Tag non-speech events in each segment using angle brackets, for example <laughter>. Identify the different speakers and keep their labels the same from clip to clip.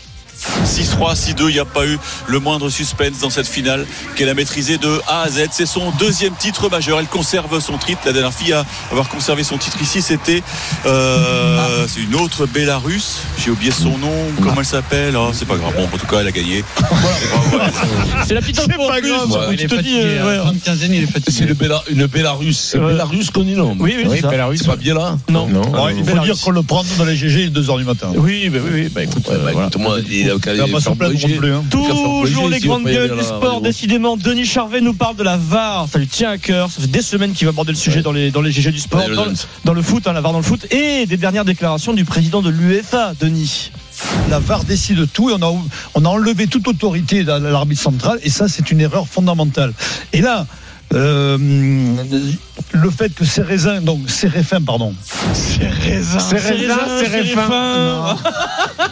Speaker 1: 6-3, 6-2, il n'y a pas eu le moindre suspense dans cette finale qu'elle a maîtrisée de A à Z. C'est son deuxième titre majeur. Elle conserve son titre. La dernière fille à avoir conservé son titre ici, c'était euh, c'est une autre Bélarusse. J'ai oublié son nom. Comment elle s'appelle Ah, C'est pas grave. Bon, en tout cas, elle a gagné.
Speaker 2: Ah, C'est la petite info en plus.
Speaker 3: grave.
Speaker 2: où
Speaker 4: Il
Speaker 2: tu
Speaker 4: est
Speaker 2: te dis,
Speaker 4: fatigué,
Speaker 2: euh, ouais.
Speaker 4: à la fin de quinzaine, il est
Speaker 3: C'est
Speaker 4: fatigué.
Speaker 3: le Béla- une Bélarusse. C'est
Speaker 2: Ouais.
Speaker 3: Bélarusse qu'on dit, non
Speaker 2: Oui, oui, c'est ça.
Speaker 3: C'est pas bien là
Speaker 2: Non.
Speaker 4: Alors, il faut dire qu'on le prend dans les GG 2h du matin.
Speaker 2: Oui, bah oui, oui. Bah, écoute,
Speaker 3: Ouais, bah, écoute-moi, il a qu'à
Speaker 4: Il va
Speaker 3: aller
Speaker 4: pas
Speaker 3: faire
Speaker 4: se plaindre
Speaker 3: bouger.
Speaker 4: non plus. hein.
Speaker 2: Toujours les grandes gueules du sport,
Speaker 3: des
Speaker 2: décidément. Denis Charvet nous parle de la VAR. Ça lui tient à cœur. Ça fait des semaines qu'il va aborder le sujet dans, les, dans les GG du sport,
Speaker 3: Allez,
Speaker 2: dans,
Speaker 3: Lorenz.
Speaker 2: dans le foot, hein, la VAR dans le foot, et des dernières déclarations du président de l'UEFA, Denis.
Speaker 4: La VAR décide tout et on a, on a enlevé toute autorité à l'arbitre central et ça c'est une erreur fondamentale. Et là, euh, le fait que Cérezin, donc Céréfin, pardon. Cérézin,
Speaker 2: Cérezin, Cérezin.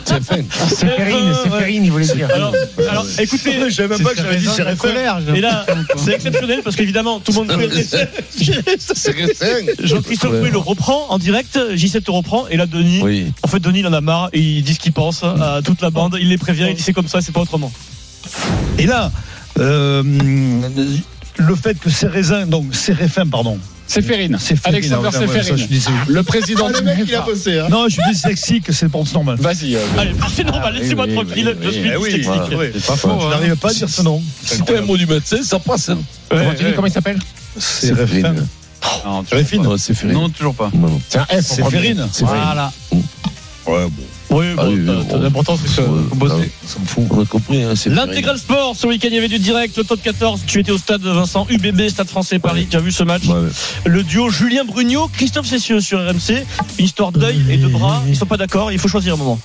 Speaker 3: C'est fin.
Speaker 2: <laughs> C'est Ferrine, c'est Ferrine, il voulait dire. Alors, alors, écoutez,
Speaker 4: Je même pas que <laughs> j'avais dit
Speaker 2: et là, c'est exceptionnel parce qu'évidemment, tout le monde
Speaker 3: C'est fin.
Speaker 2: <laughs> Jean-Christophe Coué le reprend en direct, J7 le reprend, et là, Denis.
Speaker 3: Oui.
Speaker 2: En fait, Denis, il en a marre, et il dit ce qu'il pense à toute la bande, il les prévient, il dit c'est comme ça, c'est pas autrement.
Speaker 4: Et là, euh, le fait que Cérézin, donc Céréfin, pardon.
Speaker 5: Séphérine.
Speaker 4: Séphérine,
Speaker 5: Alexander
Speaker 4: ah, ouais, ouais, ça, je
Speaker 5: Séphérine.
Speaker 4: dis, c'est-
Speaker 5: Le président
Speaker 6: Ah,
Speaker 5: du FIFA.
Speaker 6: hein.
Speaker 4: bossé. Non, je suis dyslexique, c'est pour normal. Ah,
Speaker 5: Vas-y. euh,
Speaker 2: Bah, Allez, c'est normal, laissez-moi
Speaker 5: oui,
Speaker 2: tranquille,
Speaker 5: oui,
Speaker 2: je
Speaker 5: oui.
Speaker 2: suis
Speaker 5: Eh
Speaker 4: oui,
Speaker 2: dyslexique.
Speaker 4: voilà.
Speaker 5: c'est pas faux,
Speaker 4: Je
Speaker 5: hein.
Speaker 4: n'arrive pas à dire ce nom.
Speaker 3: Si t'as un mot du médecin, ça passe. hein.
Speaker 2: Ouais, ouais.
Speaker 5: comment il s'appelle Oh,
Speaker 4: Céréfin.
Speaker 5: Non, tu-
Speaker 4: Céréfine.
Speaker 3: Non, c'est Ferrine.
Speaker 4: Non, toujours pas.
Speaker 5: C'est un F.
Speaker 4: C'est Ferrine.
Speaker 3: C'est Ferrine. Ouais, bon.
Speaker 2: Oui,
Speaker 3: Ah
Speaker 2: bon,
Speaker 3: oui, oui,
Speaker 2: t'as- t'as-
Speaker 3: bon.
Speaker 2: l'important, c'est que.
Speaker 3: Ouais,
Speaker 4: bosser.
Speaker 3: bah, Ça me fout. On a compris. hein, c'est Ferrine.
Speaker 2: L'intégral sport, ce week-end, il y avait du direct, le top 14. Tu étais au stade Vincent UBB, Stade français Paris. Tu as vu ce match
Speaker 3: Ouais, ouais.
Speaker 2: Le duo Julien Brugnot, Christophe Cessieux sur RMC. Une histoire d'œil et de bras. Ils sont pas d'accord, il faut choisir un moment.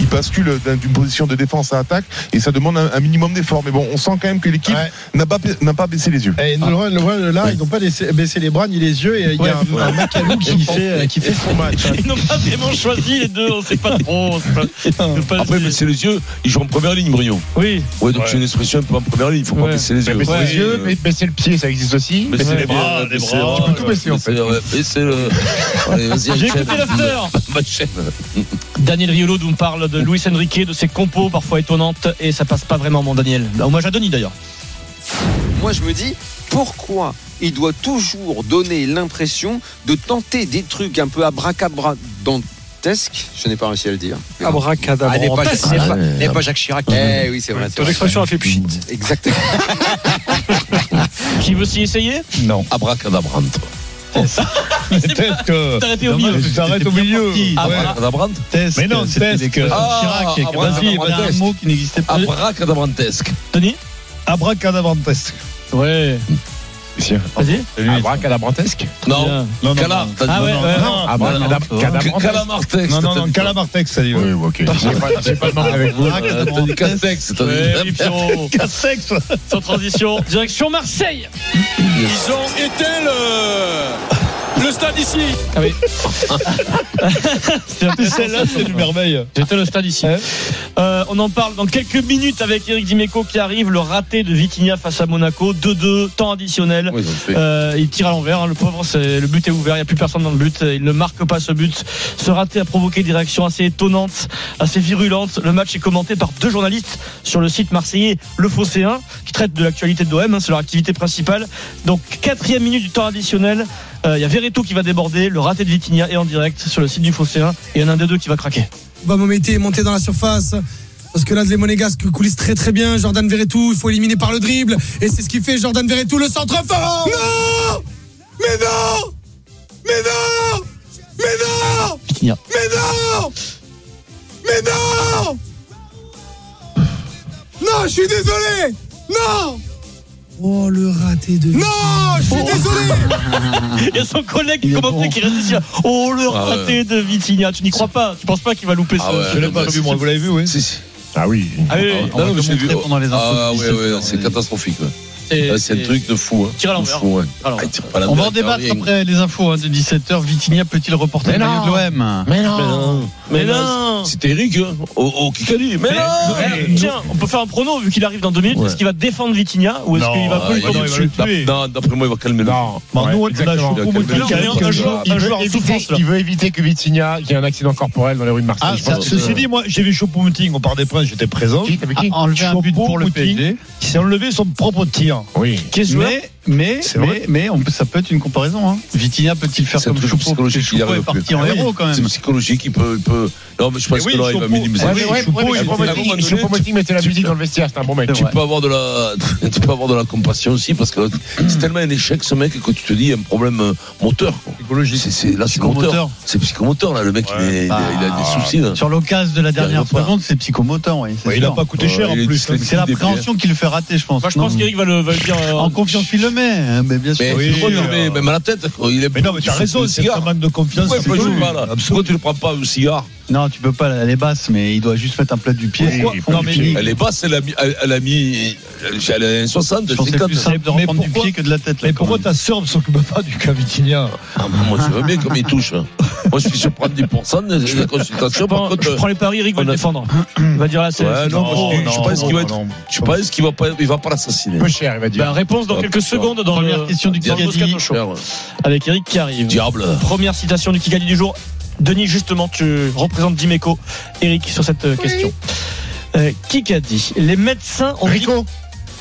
Speaker 7: il bascule d'un- d'une position de défense à attaque et ça demande un, un minimum d'effort. Mais bon, on sent quand même que l'équipe
Speaker 6: Ouais.
Speaker 7: n'a pas ba- n'a pas baissé les yeux.
Speaker 4: Ah.
Speaker 6: Et loin, loin de là, ils n'ont pas laissé- baissé les bras ni les yeux. Et il y a un, un mec à nous qui fait, qui fait son match.
Speaker 2: <laughs> Ils n'ont pas vraiment choisi les deux, on sait pas trop. c'est pas- <laughs> c'est pas-
Speaker 3: Après, baisser les yeux, ils jouent en première ligne, Brion.
Speaker 2: Oui,
Speaker 3: Ouais, donc c'est une expression un peu en première ligne, il faut pas
Speaker 2: Ouais.
Speaker 3: baisser les yeux.
Speaker 2: baisser les
Speaker 3: yeux,
Speaker 4: baisser le pied, ça existe aussi.
Speaker 3: baisser les bras, les bras. Tu peux tout baisser en fait. Baisser le.
Speaker 4: <laughs>
Speaker 3: Allez, vas-y,
Speaker 2: j'ai
Speaker 3: enchaîne.
Speaker 2: écouté <laughs> l'after.
Speaker 3: Ma chaîne.
Speaker 2: Daniel Riolo nous parle de Luis Enrique, de ses compos parfois étonnantes. Et ça passe pas vraiment, mon Daniel. Bah, Hommage à Denis d'ailleurs.
Speaker 8: Moi, je me dis pourquoi il doit toujours donner l'impression de tenter des trucs un peu abracadabrantesques. Je n'ai pas réussi à le dire.
Speaker 4: Abracadabra.
Speaker 8: Ah, n'est pas, n'est pas-
Speaker 3: ouais.
Speaker 8: n'est pas Jacques Chirac. Eh oui, c'est vrai. c'est vrai.
Speaker 4: a fait pchit.
Speaker 8: Exactement.
Speaker 2: Qui veut s'y essayer
Speaker 4: Non.
Speaker 3: Abracadabrante.
Speaker 4: Peut-être que.
Speaker 2: T'as arrêté au
Speaker 4: Dommage,
Speaker 2: milieu.
Speaker 4: je t'arrête au
Speaker 2: C'était bien
Speaker 4: milieu.
Speaker 2: parti.
Speaker 4: Ah, ouais.
Speaker 3: Abracadabrante
Speaker 4: Test.
Speaker 2: Mais non,
Speaker 4: c'était
Speaker 2: test.
Speaker 4: des que-
Speaker 3: Ah,
Speaker 4: Chirac.
Speaker 3: Vas-y,
Speaker 4: Vas-y, un
Speaker 3: test.
Speaker 4: mot qui n'existait pas.
Speaker 3: Abracadabrantesque.
Speaker 2: Denis
Speaker 4: Abracadabrantesque.
Speaker 2: Ouais. Vas-y.
Speaker 9: Ah, bah,
Speaker 4: Abracadabrantesque
Speaker 10: Ah.
Speaker 3: Non,
Speaker 2: Bien.
Speaker 4: Non, non.
Speaker 3: Calard, t'as dit.
Speaker 2: Ah ouais,
Speaker 4: non,
Speaker 2: ouais,
Speaker 4: non.
Speaker 2: non.
Speaker 3: Ca- Calamartex.
Speaker 4: Non, non,
Speaker 3: t'as
Speaker 4: non,
Speaker 3: dit.
Speaker 4: Calamartex, ça dit. Oui, ok. J'ai pas le nom avec vous.
Speaker 3: Euh, T'as dit Castex. t'as dit-
Speaker 2: Ouais, oui, Pierrot. Sans transition, direction Marseille.
Speaker 1: Ils ont éteint le
Speaker 11: Le stade ici
Speaker 2: Ah oui. C'était celle-là, c'est du merveille. J'étais le stade ici. Euh, on en parle dans quelques minutes avec Eric Dimeco qui arrive, le raté de Vitinha face à Monaco, 2-2, temps additionnel.
Speaker 3: Ouais, ils ont fait.
Speaker 2: Euh, il tire à l'envers, hein, le pauvre, c'est- le but est ouvert, il n'y a plus personne dans le but, il ne marque pas ce but. Ce raté a provoqué des réactions assez étonnantes, assez virulentes. Le match est commenté par deux journalistes sur le site marseillais Le Phocéen, qui traite de l'actualité de l'OM, c'est leur activité principale. Donc, quatrième minute du temps additionnel, euh, il y a Veretout qui va déborder, le raté de Vitinha est en direct sur le site du Phocéen, et il y en a un des deux qui va craquer.
Speaker 3: Ah,
Speaker 12: Bamomete est monté dans la surface. Parce que là, les Monégasques coulissent très très bien. Jordan Verretou, il faut éliminer par le dribble. Et c'est ce qu'il fait, Jordan Verretou, le centre fort Non Mais non Mais non Mais non
Speaker 2: Vitinha.
Speaker 12: Mais non Mais non Non, je suis désolé Non Oh, le raté de... Non Je suis désolé
Speaker 2: <laughs> Il y a son collègue qui commentait qui reste ici. Oh le
Speaker 3: Ah ouais.
Speaker 2: raté de Vitinha, tu n'y crois pas Tu penses pas qu'il va louper ce
Speaker 3: Ah ouais,
Speaker 2: ce-
Speaker 3: Je l'ai pas vu, moi. Vous
Speaker 2: l'avez vu, oui
Speaker 3: Si, si.
Speaker 6: Ah oui.
Speaker 2: Ah oui, oui.
Speaker 3: Ah non, mais j'ai vu.
Speaker 5: pendant les infos
Speaker 3: Ah
Speaker 5: de
Speaker 3: ouais,
Speaker 5: 17,
Speaker 3: ouais, c'est catastrophique. ouais.
Speaker 2: C'est-
Speaker 3: Ah, C'est un
Speaker 2: c'est-
Speaker 3: truc de fou. hein.
Speaker 2: Tire à
Speaker 3: De
Speaker 2: l'envers.
Speaker 3: fou, ouais.
Speaker 2: Alors,
Speaker 3: Ah, il tire pas la
Speaker 10: On va
Speaker 3: balle,
Speaker 10: en débattre
Speaker 3: rien.
Speaker 10: après les infos hein, de 17h. Vitinha peut-il reporter
Speaker 3: Mais
Speaker 10: le maillot de
Speaker 3: non.
Speaker 10: l'OM
Speaker 3: Mais non
Speaker 2: Mais non
Speaker 3: C'était Eric, hein, au, au Kikadi. Mais non
Speaker 2: Eh, Tiens, on peut faire un prono vu qu'il arrive dans deux minutes.
Speaker 3: Ouais.
Speaker 2: Est-ce qu'il va défendre Vitinha ou est-ce qu'il va
Speaker 3: Ah,
Speaker 2: pas lui
Speaker 3: il va-
Speaker 2: tomber
Speaker 3: il va
Speaker 2: dessus
Speaker 3: le tuer. Non, d'après moi, il va calmer le Non,
Speaker 4: Bah, nous, on a joué au bout de
Speaker 2: Il y a un- un joueur- un joueur en souffrance là.
Speaker 9: Il veut éviter que Vitinha qu'il y ait un accident corporel dans les rues de Marseille.
Speaker 4: Ah,
Speaker 9: Je
Speaker 4: ça,
Speaker 9: pense que-
Speaker 4: ceci dit, moi, j'ai vu Choupo-Moting au Parc des Princes, j'étais présent.
Speaker 9: Qui T'avais qui
Speaker 4: Ah, enlever un but pour le PSG. Il s'est enlevé son propre tir.
Speaker 10: ah.
Speaker 9: Oui.
Speaker 10: Eh
Speaker 4: Qui est ce joueur
Speaker 10: Mais, mais,
Speaker 4: C'est
Speaker 10: mais,
Speaker 4: vrai.
Speaker 10: mais on peut- ça peut être une comparaison. Hein. Vitinha peut-il faire
Speaker 3: C'est un
Speaker 10: comme
Speaker 3: truc
Speaker 10: Choupo Parce que
Speaker 3: psychologique. il
Speaker 10: Choupo
Speaker 3: arrive
Speaker 10: est parti
Speaker 3: plus.
Speaker 10: en
Speaker 3: Ah oui,
Speaker 10: héros quand
Speaker 3: C'est
Speaker 10: même.
Speaker 3: psychologique, il peut, il peut. Non, mais je
Speaker 10: Mais
Speaker 3: pense que
Speaker 10: oui,
Speaker 3: là, il va
Speaker 10: Choupo,
Speaker 3: minimiser.
Speaker 9: Ouais, mais ouais, ouais, mais
Speaker 3: À un moment donné,
Speaker 9: Choupo-Moting mettait la
Speaker 3: tu-
Speaker 9: musique dans le vestiaire, c'est un bon mec.
Speaker 3: tu peux avoir de la, <laughs> tu peux avoir de la compassion aussi parce que c'est tellement un échec ce mec que tu te dis il y a un problème euh, moteur. Psychologique. C'est, c'est, là, c'est
Speaker 10: Psychomoteur.
Speaker 3: moteur. C'est psychomoteur là. Le mec il, est- il a- il a des soucis. Là.
Speaker 10: Sur l'occasion de la dernière
Speaker 3: arrive pas.
Speaker 10: seconde, c'est psychomoteur. Oui, c'est
Speaker 4: Ouais, il a
Speaker 10: sûr.
Speaker 4: pas coûté cher
Speaker 3: Ouais, il
Speaker 4: en
Speaker 3: est
Speaker 4: plus.
Speaker 3: dyslexique
Speaker 10: C'est l'appréhension qui le fait rater, je pense.
Speaker 2: hein. Moi je
Speaker 10: Non,
Speaker 2: pense
Speaker 10: mais-
Speaker 2: qu'Eric va le va le dire. euh,
Speaker 10: En confiance, il le met. hein, Mais bien sûr.
Speaker 3: Mais
Speaker 4: Oui,
Speaker 3: tu le
Speaker 4: euh,
Speaker 3: remets même à la tête. quoi. Il est
Speaker 4: Mais non, mais t'as
Speaker 3: il
Speaker 4: raison,
Speaker 3: fume
Speaker 4: c'est
Speaker 3: cigare.
Speaker 4: un manque de confiance.
Speaker 3: Pourquoi il peut
Speaker 4: c'est
Speaker 3: jouer
Speaker 4: tout.
Speaker 3: pas là Pourquoi tu ne prends pas au cigare
Speaker 10: Non, tu peux pas. Elle est basse, mais il doit juste mettre un plat du pied.
Speaker 4: Pourquoi-
Speaker 10: Pourquoi-
Speaker 4: non, mais il-
Speaker 3: Elle est basse, elle a mis, elle, elle a mis, elle a un 60,
Speaker 10: Je pense que c'est
Speaker 3: 50.
Speaker 10: plus simple de
Speaker 4: Mais
Speaker 10: reprendre du
Speaker 4: pourquoi-
Speaker 10: pied que de la tête.
Speaker 4: Mais
Speaker 10: là, quand
Speaker 4: pourquoi
Speaker 10: même.
Speaker 4: ta sœur ne s'occupe pas du cas Vitinha
Speaker 3: Ah, bah, moi, je veux bien comme il touche. hein. Moi, si je prends 10% de de la
Speaker 2: Je
Speaker 3: consultation, par
Speaker 2: prends,
Speaker 3: contre.
Speaker 2: je
Speaker 3: euh,
Speaker 2: prends les paris, Eric va
Speaker 3: on
Speaker 2: le
Speaker 3: a-
Speaker 2: défendre. Il va dire là, c'est.
Speaker 3: Ouais,
Speaker 2: c'est-
Speaker 3: non, parce que
Speaker 2: Oh,
Speaker 3: je pense qu'il va être.
Speaker 9: non, non.
Speaker 3: Je pense qu'il va pas, il va pas l'assassiner.
Speaker 9: Peu cher, il va dire.
Speaker 2: Ben, réponse dans
Speaker 3: Ah,
Speaker 2: quelques secondes dans
Speaker 10: Première
Speaker 2: le-
Speaker 10: question du
Speaker 2: dans le
Speaker 10: Kikadi.
Speaker 2: Moscato Show.
Speaker 3: Cher, ouais.
Speaker 2: avec Eric qui arrive.
Speaker 3: Diable.
Speaker 2: Première citation du Kikadi du jour. Denis, justement, tu représentes Dimeco, Eric, sur cette euh, question. Euh, Kikadi, les médecins ont dit
Speaker 9: Rico,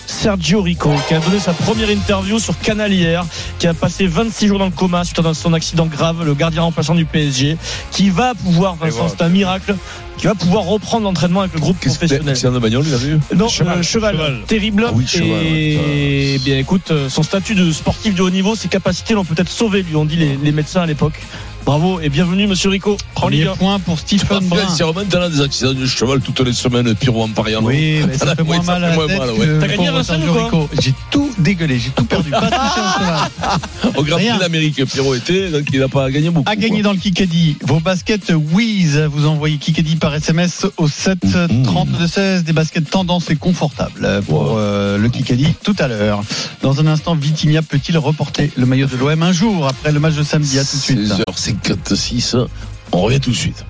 Speaker 2: Sergio Rico, qui a donné sa première interview sur Canal hier, qui a passé 26 jours dans le coma suite à son accident grave, le gardien remplaçant du PSG, qui va pouvoir, Vincent, c'est un miracle, qui va pouvoir reprendre l'entraînement avec le groupe
Speaker 3: Qu'est-ce que c'est
Speaker 2: professionnel.
Speaker 3: Alexandre Bagnon, il a vu
Speaker 2: Non, euh,
Speaker 4: Cheval.
Speaker 2: cheval,
Speaker 4: Cheval.
Speaker 2: terrible.
Speaker 3: Ah oui, Cheval,
Speaker 2: et bien écoute, euh, son statut de sportif de haut niveau, ses capacités l'ont peut-être sauvé, lui ont dit les, les médecins à l'époque. Bravo et bienvenue, monsieur Rico, en
Speaker 10: Premier
Speaker 2: Ligue 1.
Speaker 10: point pour Stephen Brun.
Speaker 3: Financièrement, maintenant, des accidents de cheval toutes les semaines, pyro en pariant.
Speaker 10: Oui, mais ça fait moins mal à la tête
Speaker 3: ouais.
Speaker 10: que
Speaker 2: T'as gagné
Speaker 10: pauvre
Speaker 2: la scène
Speaker 10: Sergio
Speaker 2: ou quoi
Speaker 10: Rico. J'ai tout dégueulé, j'ai tout perdu. Pas touché au cheval.
Speaker 3: Au Grand
Speaker 10: Rien.
Speaker 3: Prix d'Amérique, Pierrot était, donc il n'a pas gagné beaucoup.
Speaker 10: À gagner
Speaker 3: quoi.
Speaker 10: dans le Kikadi, vos baskets Wiz, vous envoyez Kikadi par SMS au 7 32 16, des baskets tendance et confortables pour euh, le Kikadi tout à l'heure. Dans un instant, Vitinha peut-il reporter le maillot de l'OM un jour après le match de samedi À tout de suite.
Speaker 3: 16h56, on revient tout de suite.